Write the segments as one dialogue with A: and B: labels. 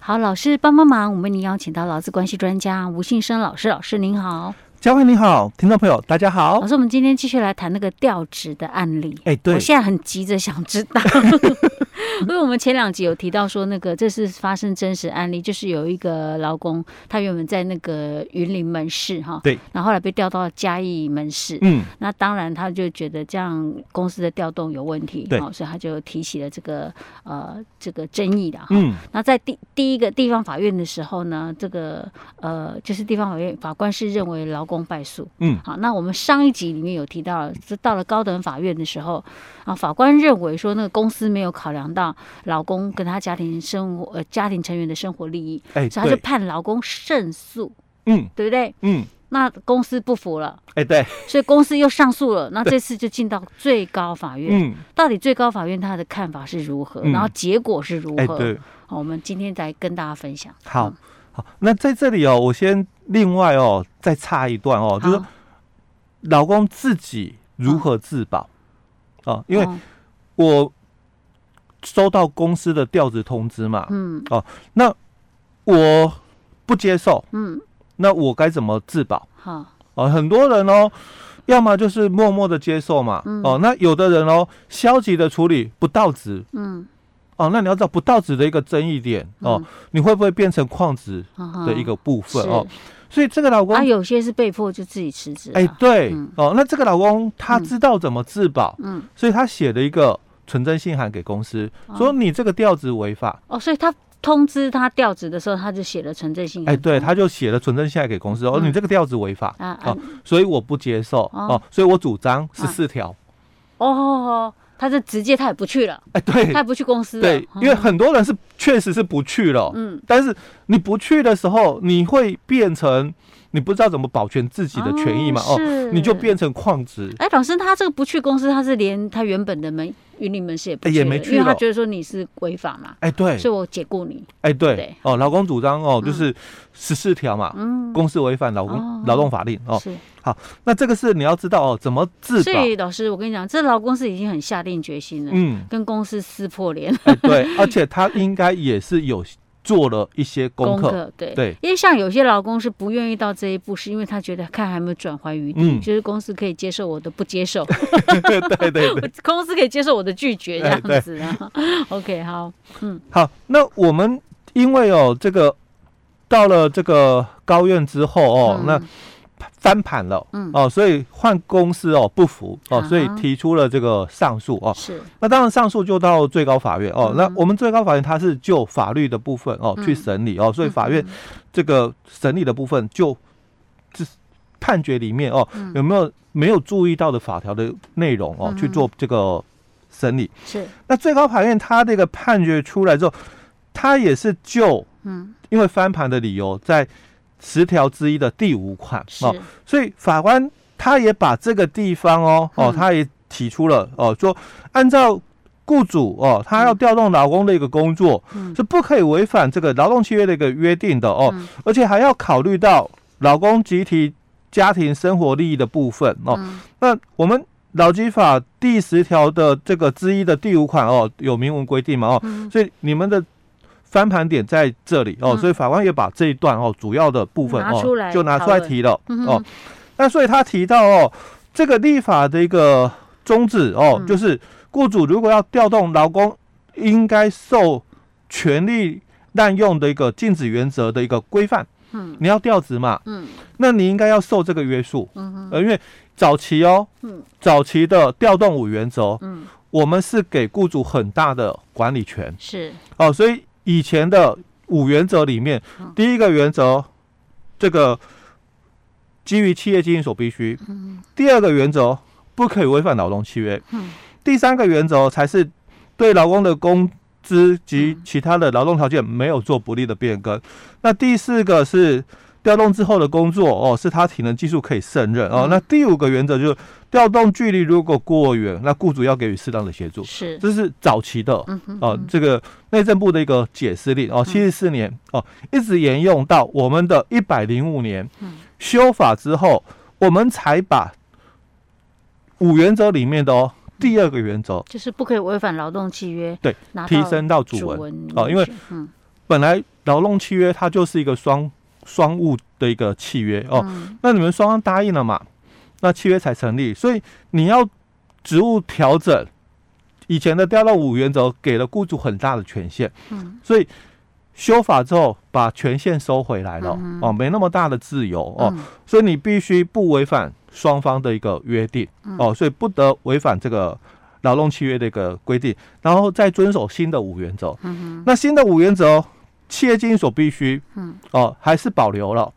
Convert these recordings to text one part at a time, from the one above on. A: 好，老师帮帮忙，我们为您邀请到劳资关系专家吴信生老师，老师您好，
B: 嘉惠你好，听众朋友大家好
A: 老。师，我们今天继续来谈那个调职的案例。
B: 哎、对
A: 嗯我，现在很急着想知 道，因为我们前两集有提到说，那个这是发生真实案例，就是有一个劳工，他原本在那个云林门市哈，
B: 对，
A: 然后后来被调到嘉义门市，
B: 嗯，
A: 那当然他就觉得这样公司的调动有问题，
B: 对
A: 哦，所以他就提起了这个呃这个争议的哈。
B: 嗯，
A: 那在第第一个地方法院的时候呢，这个呃，就是地方法院法官是认为劳工败诉。
B: 嗯
A: 好，那我们上一集里面有提到了，这到了高等法院的时候，啊，法官认为说那个公司没有考量到劳工跟他家庭生活呃家庭成员的生活利益，
B: 哎、
A: 所以他就
B: 对，
A: 判劳工胜诉，
B: 嗯
A: 对不对？
B: 嗯，
A: 那公司不服了，
B: 哎、对，
A: 所以公司又上诉了，那这次就进到最高法院。
B: 嗯，
A: 到底最高法院他的看法是如何？
B: 嗯
A: 然后结果是如
B: 哎、
A: 何？嗯
B: 对，
A: 好，我们今天来跟大家分享。
B: 好，好，那在这里哦，我先另外哦再插一段哦，
A: 好，
B: 就是老公自己如何自保啊、因为
A: 哦
B: 我收到公司的调职通知嘛，
A: 嗯
B: 我不接受，
A: 嗯，
B: 那我该怎么自保
A: 好，
B: 啊？很多人哦。要么就是默默的接受嘛，
A: 嗯
B: 哦，那有的人哦，消极的处理不到职，
A: 嗯，
B: 哦，那你要知道不到职的一个争议点哦，你会不会变成矿职
A: 嗯
B: 的一个部分、
A: 是
B: 哦？所以这个老公，
A: 啊，
B: 哎、
A: 有些是被迫就自己辞职了。
B: 对、
A: 嗯
B: 哦，那这个老公他
A: 嗯
B: 知道怎么自保，
A: 嗯，
B: 所以他写了一个存真信函给公司，说你这个调职违法。
A: 哦，所以他通知他调职的时候，他就写了存证信
B: 哎、
A: 函。
B: 对，他就写了存真信函给公司，哦，
A: 嗯
B: 你这个调职违法，
A: 啊啊
B: 哦所以我不接受
A: 哦啊
B: 哦所以我主张十四条。
A: 哦哦，他就直接他也不去了，
B: 哎、
A: 他也
B: 对
A: 不去公司了。
B: 对，因为很多人是确实是不去了，
A: 嗯，
B: 但是你不去的时候，你会变成你不知道怎么保全自己的权益嘛，哦，
A: 是
B: 你就变成矿职。
A: 哎，老师，他这个不去公司，他是连他原本的门云林门市也不
B: 哎
A: 去
B: 也
A: 了
B: 没去
A: 因为他
B: 了
A: 觉得说你是违法嘛，
B: 哎，对，
A: 所以我解雇你。
B: 哎，对
A: 对，
B: 哦，劳工主张哦，就是十四条嘛，
A: 嗯，
B: 啊公司违反劳工
A: 哦
B: 劳动法令哦。
A: 是。
B: 那这个是你要知道哦，怎么自
A: 所
B: 保？
A: 以老师，我跟你讲，这劳公司已经很下定决心了，
B: 嗯，
A: 跟公司撕破脸。
B: 哎，对，而且他应该也是有做了一些功课，
A: 对
B: 对
A: 因为像有些劳工是不愿意到这一步，是因为他觉得看还有没有转圜余地，
B: 嗯
A: 就是公司可以接受我的不接受，
B: 对对对。
A: 公司可以接受我的拒绝这
B: 哎对
A: 样子啊。OK，好，
B: 好，那我们因为哦，这个到了这个高院之后哦，
A: 嗯
B: 那翻盘了，
A: 嗯
B: 哦，所以换公司哦不服哦，所以
A: 啊哈
B: 提出了这个上诉哦。
A: 是
B: 那当然，上诉就到最高法院哦。
A: 嗯
B: 那我们最高法院它是就法律的部分哦
A: 嗯
B: 去审理哦，所以法院这个审理的部分就这判决里面哦
A: 嗯
B: 有没有没有注意到的法条的内容哦
A: 嗯
B: 去做这个审理。
A: 是
B: 那最高法院它这个判决出来之后，它也是就
A: 嗯
B: 因为翻盘的理由在十条之一的第五款
A: 是
B: 哦，所以法官他也把这个地方哦
A: 嗯
B: 哦，他也提出了哦，说按照雇主哦，他要调动劳工的一个工作，
A: 嗯
B: 是不可以违反这个劳动契约的一个约定的哦，
A: 嗯
B: 而且还要考虑到劳工集体家庭生活利益的部分哦。
A: 嗯
B: 那我们劳基法第十条的这个之一的第五款哦，有明文规定嘛哦，
A: 嗯
B: 所以你们的。翻盘点在这里哦，
A: 嗯
B: 所以法官也把这一段哦主要的部分
A: 拿
B: 哦
A: 出来
B: 就拿出
A: 讨
B: 来
A: 论
B: 提了
A: 嗯
B: 哦，那所以他提到哦，这个立法的一个宗旨哦，
A: 嗯
B: 就是雇主如果要调动劳工，应该受权力滥用的一个禁止原则的一个规范。
A: 嗯
B: 你要调职嘛，
A: 嗯
B: 那你应该要受这个约束。
A: 嗯
B: 呃，因为早期哦，
A: 嗯
B: 早期的调动五原则，
A: 嗯
B: 我们是给雇主很大的管理权
A: 是
B: 哦，所以以前的五原则里面
A: 嗯，
B: 第一个原则，这个基于企业经营所必须，
A: 嗯
B: 第二个原则不可以违反劳动契约，
A: 嗯
B: 第三个原则才是对劳工的工资
A: 嗯
B: 及其他的劳动条件没有做不利的变更。那第四个是调动之后的工作哦，是他体能技术可以胜任哦。
A: 嗯
B: 那第五个原则就是调动距离如果过远，那雇主要给予适当的协助。
A: 是
B: 这是早期的
A: 嗯哼
B: 哦，这个内政部的一个解释令哦，七十四年哦，一直沿用到我们的一百零五年
A: 嗯
B: 修法之后，我们才把五原则里面的哦第二个原则
A: 就是不可以违反劳动契约，
B: 对
A: 嗯拿到
B: 提升到主文
A: 文
B: 哦因为
A: 嗯
B: 本来劳动契约它就是一个双双务的一个契约哦，
A: 嗯
B: 那你们双方答应了嘛，那契约才成立，所以你要职务调整。以前的调动五原则给了雇主很大的权限，
A: 嗯
B: 所以修法之后把权限收回来了、
A: 嗯
B: 哦，没那么大的自由哦，
A: 嗯
B: 所以你必须不违反双方的一个约定
A: 嗯
B: 哦，所以不得违反这个劳动契约的一个规定，然后再遵守新的五原则。那新的五原则，企业经营所必须，
A: 嗯
B: 哦，还是保留了，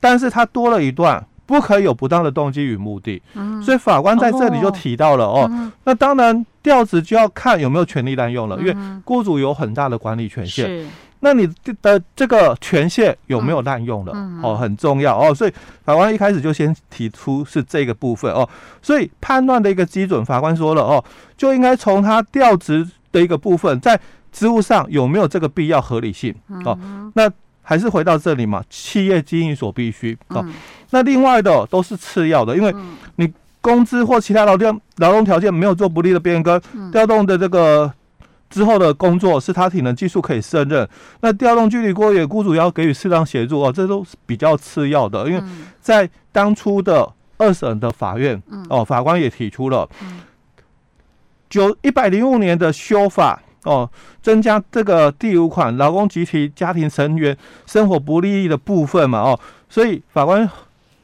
B: 但是它多了一段。不可以有不当的动机与目的，
A: 嗯
B: 所以法官在这里就
A: 哦
B: 提到了哦。
A: 嗯
B: 那当然，调职就要看有没有权利滥用了，因为
A: 嗯
B: 雇主有很大的管理权限。
A: 是
B: 那你的呃这个权限有没有滥用了？
A: 嗯嗯
B: 哦，很重要哦。所以法官一开始就先提出是这个部分哦。所以判断的一个基准，法官说了哦，就应该从他调职的一个部分，在职务上有没有这个必要合理性
A: 嗯
B: 哦。那还是回到这里嘛，企业经营所必须哦。
A: 嗯
B: 那另外的哦都是次要的，因为
A: 嗯
B: 你工资或其他劳动劳动条件没有做不利的变更，调动的这个之后的工作是他体能技术可以胜任。那调动距离过远，雇主要给予适当协助哦，这都是比较次要的，因为
A: 嗯
B: 在当初的二审的法院
A: 嗯
B: 哦，法官也提出了
A: 嗯
B: 九一百零五年的修法。哦，增加这个第五款劳工集体家庭成员生活不利益的部分嘛，哦，所以法官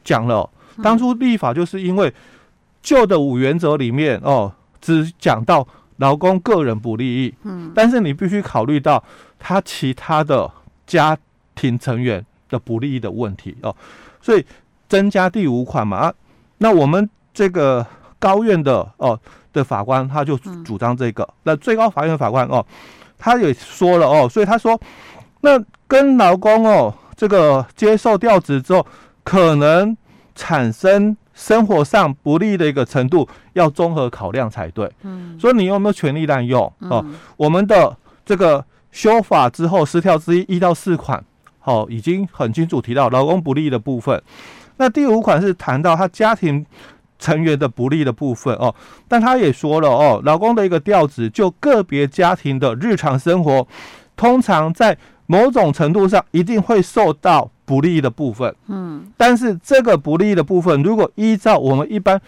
B: 讲了，
A: 嗯
B: 当初立法就是因为旧的五原则里面哦，只讲到劳工个人不利益，
A: 嗯
B: 但是你必须考虑到他其他的家庭成员的不利益的问题哦，所以增加第五款嘛。啊那我们这个高院的哦的法官他就
A: 嗯
B: 主张这个，那最高法院的法官哦，他也说了哦，所以他说那跟劳工哦这个接受调职之后，可能产生生活上不利的一个程度，要综合考量才对。
A: 嗯
B: 所以你有没有权利滥用哦？
A: 嗯
B: 我们的这个修法之后十条之一一到四款，好、已经很清楚提到劳工不利的部分。那第五款是谈到他家庭成员的不利的部分哦，但他也说了哦，劳工的一个调职就个别家庭的日常生活，通常在某种程度上一定会受到不利的部分。
A: 嗯
B: 但是这个不利的部分，如果依照我们一般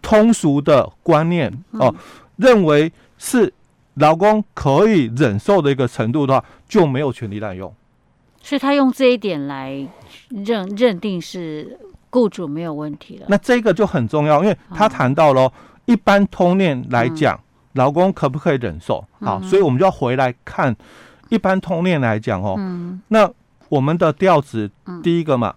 B: 通俗的观念哦，认为是劳工可以忍受的一个程度的话，就没有权利滥用。
A: 所以他用这一点来认认定是雇主没有问题了。
B: 那这个就很重要，因为他谈到了、一般通念来
A: 嗯
B: 讲，劳工可不可以忍受？好，所以我们就要回来看一般通念来讲哦，
A: 嗯
B: 那我们的调子
A: 嗯
B: 第一个嘛，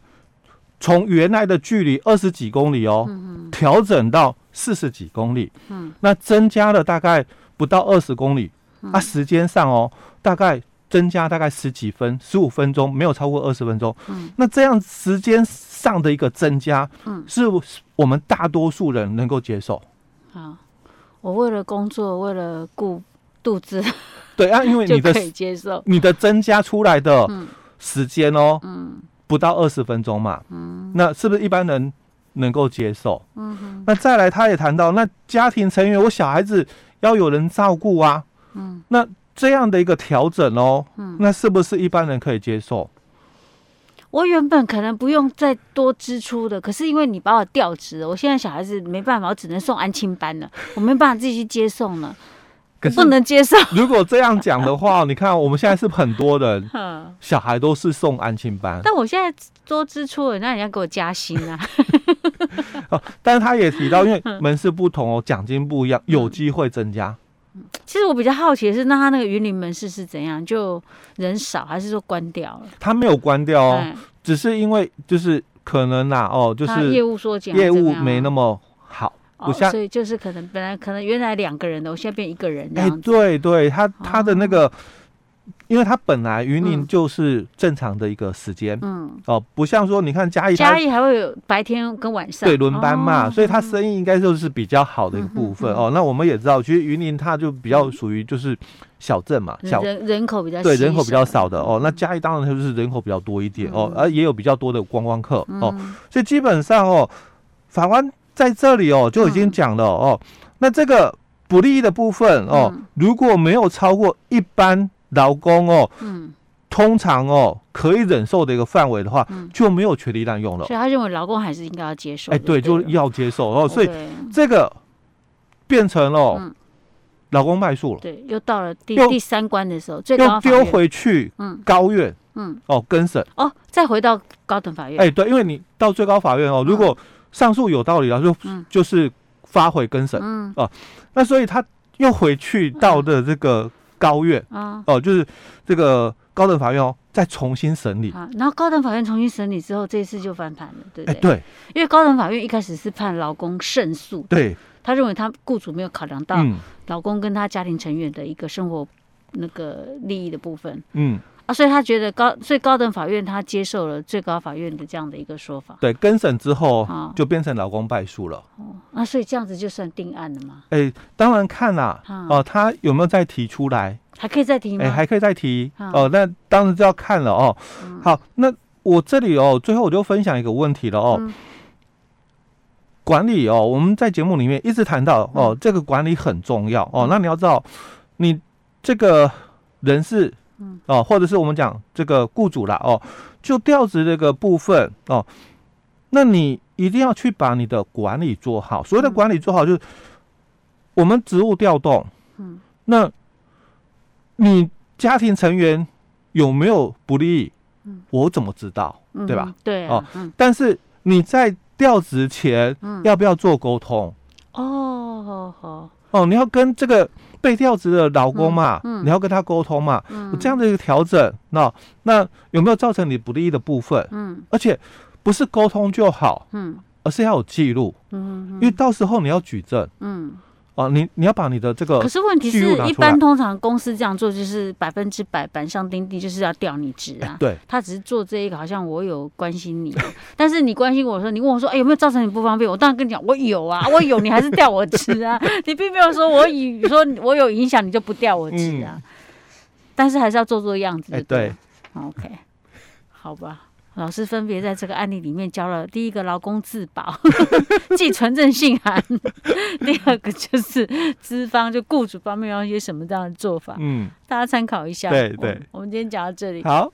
B: 从原来的距离二十几公里哦，
A: 嗯
B: 调整到四十几公里，
A: 嗯，
B: 那增加了大概不到二十公里，啊，时间上哦，大概增加大概十几分、十五分钟，没有超过二十分钟，
A: 嗯，
B: 那这样时间上的一个增加，
A: 嗯，
B: 是我们大多数人能够接受，
A: 好，啊我为了工作，为了顾肚子，
B: 对啊，因 为
A: 就
B: 你的
A: 可以接受。
B: 你的增加出来的时间哦，不到二十分钟嘛，
A: 嗯
B: 那是不是一般人能够接受？嗯，那再来，他也谈到，那家庭成员，我小孩子要有人照顾啊，嗯，那这样的一个调整哦，嗯，那是不是一般人可以接受？
A: 我原本可能不用再多支出的，可是因为你把我调职了，我现在小孩子没办法，我只能送安亲班 了，我没办法自己去接送了，
B: 可是
A: 不能 接受。
B: 如果这样讲的话，你看我们现在是不是很多人
A: 嗯
B: 小孩都是送安亲班，
A: 但我现在多支出了，那人家给我加薪啊。
B: 但是他也提到，因为门市不同哦，奖金不一样，有机会增加。
A: 其实我比较好奇的是，那他那个云林门市是怎样？就人少，还是说关掉了？
B: 他没有关掉哦，
A: 哎
B: 只是因为就是可能啦、哦，就
A: 他业
B: 是
A: 务缩减，
B: 业务没那
A: 么、啊
B: 么好。
A: 哦
B: 不像
A: 所以就是可能本来可能原来两个人的，我现在变一个人这
B: 哎、
A: 样子。
B: 对对，他他的那个，因为他本来云
A: 哦
B: 林
A: 嗯
B: 就是正常的一个时间、
A: 嗯，
B: 哦，不像说你看嘉义
A: 嘉
B: 他
A: 义还会有白天跟晚上
B: 对轮班嘛，
A: 哦
B: 所以他生意应该就是比较好的一个
A: 嗯哼
B: 部分、
A: 嗯
B: 哦。那我们也知道，其实云林它就比较属于就是小镇嘛，小
A: 嗯人人口比较
B: 对
A: 稀
B: 人口比较少的哦，那
A: 呃嗯
B: 嘉义当然就是人口比较多一点哦，
A: 嗯
B: 而也有比较多的观光客哦，
A: 嗯
B: 所以基本上哦，法官在这里哦就已
A: 嗯
B: 经讲了哦，那这个不利的部分哦
A: 嗯，
B: 如果没有超过一般劳工哦
A: 嗯
B: 通常哦可以忍受的一个范围的话，就没有权利滥用了。
A: 所以他认为劳工还嗯是应该要接受。
B: 哎，对，就
A: 了
B: 要接受哦，所以
A: OK
B: 这个变成了
A: 嗯
B: 劳工败诉了，
A: 对，又到了第
B: 又
A: 第三关的时候，最
B: 又
A: 高法
B: 丢
A: 院，
B: 回去
A: 嗯
B: 高院
A: 嗯，
B: 哦更审。
A: 哦，再回到高等法院，
B: 哎，对，因为你到最高法院哦，如果上诉有道理啊了，就
A: 嗯
B: 就是发回更审。
A: 嗯
B: 那所以他又回去到的这个高院
A: 啊
B: 哦，就是这个高等法院哦，再重新审理。
A: 啊，然后高等法院重新审理之后，这一次就翻盘了，对不
B: 哎，
A: 对？
B: 对
A: 因为高等法院一开始是判劳工胜诉，
B: 对，
A: 他认为他雇主没有考量到
B: 嗯
A: 老公跟他家庭成员的一个生活那个利益的部分
B: 嗯，
A: 啊，所以他觉得高，所以高等法院他接受了最高法院的这样的一个说法
B: 对，更审之后
A: 啊
B: 就变成劳工败诉了。
A: 啊，所以这样子就算定案了嘛，
B: 哎，当然看啦，
A: 啊
B: 哦，他有没有再提出来？
A: 还可以再提吗？
B: 哎、还可以再提
A: 好嗯
B: 哦。那当然就要看了哦。好，那我这里哦，最后我就分享一个问题了哦。
A: 嗯
B: 管理哦，我们在节目里面一直谈到
A: 嗯
B: 哦，这个管理很重要哦。那你要知道，你这个人事，
A: 嗯
B: 哦，或者是我们讲这个雇主啦哦，就调职这个部分哦，那你一定要去把你的管理做好。所谓的
A: 嗯
B: 管理做好，就是我们职务调动，
A: 嗯，
B: 那你家庭成员有没有不利益
A: 嗯？
B: 我怎么知道？
A: 嗯
B: 对吧？
A: 对啊，
B: 哦
A: 嗯，
B: 但是你在调职前
A: 嗯
B: 要不要做沟通？
A: 哦，好好，
B: 哦，你要跟这个被调职的老公嘛，
A: 嗯嗯
B: 你要跟他沟通嘛，
A: 嗯，
B: 这样的一个调整，那那有没有造成你不利益的部分？
A: 嗯，
B: 而且不是沟通就好，
A: 嗯
B: 而是要有记录，
A: 嗯
B: 因为到时候你要举证
A: 嗯，
B: 哦，你你要把你的这个
A: 可是问题
B: 呃记录
A: 是
B: 拿出来
A: 一般通常公司这样做就是百分之百板上钉钉，就是要调你职啊。
B: 哎对
A: 他只是做这一个，好像我有关心你， 但是你关心我的时候，你问我说，哎、有没有造成你不方便？我当然跟你讲，我有啊， 我有，你还是调我职啊， 你并没有说我以说我有影响，你就不调我职啊。但是还是要做做样子
B: 嗯哎
A: 就对啊了。OK，好吧。老师分别在这个案例里面教了第一个劳工自保， 寄存证信函； 第二个就是资方就雇主方面要一些什么这样的做法，
B: 嗯
A: 大家参考一下。
B: 对
A: 我
B: 对
A: 我们今天讲到这里。
B: 好。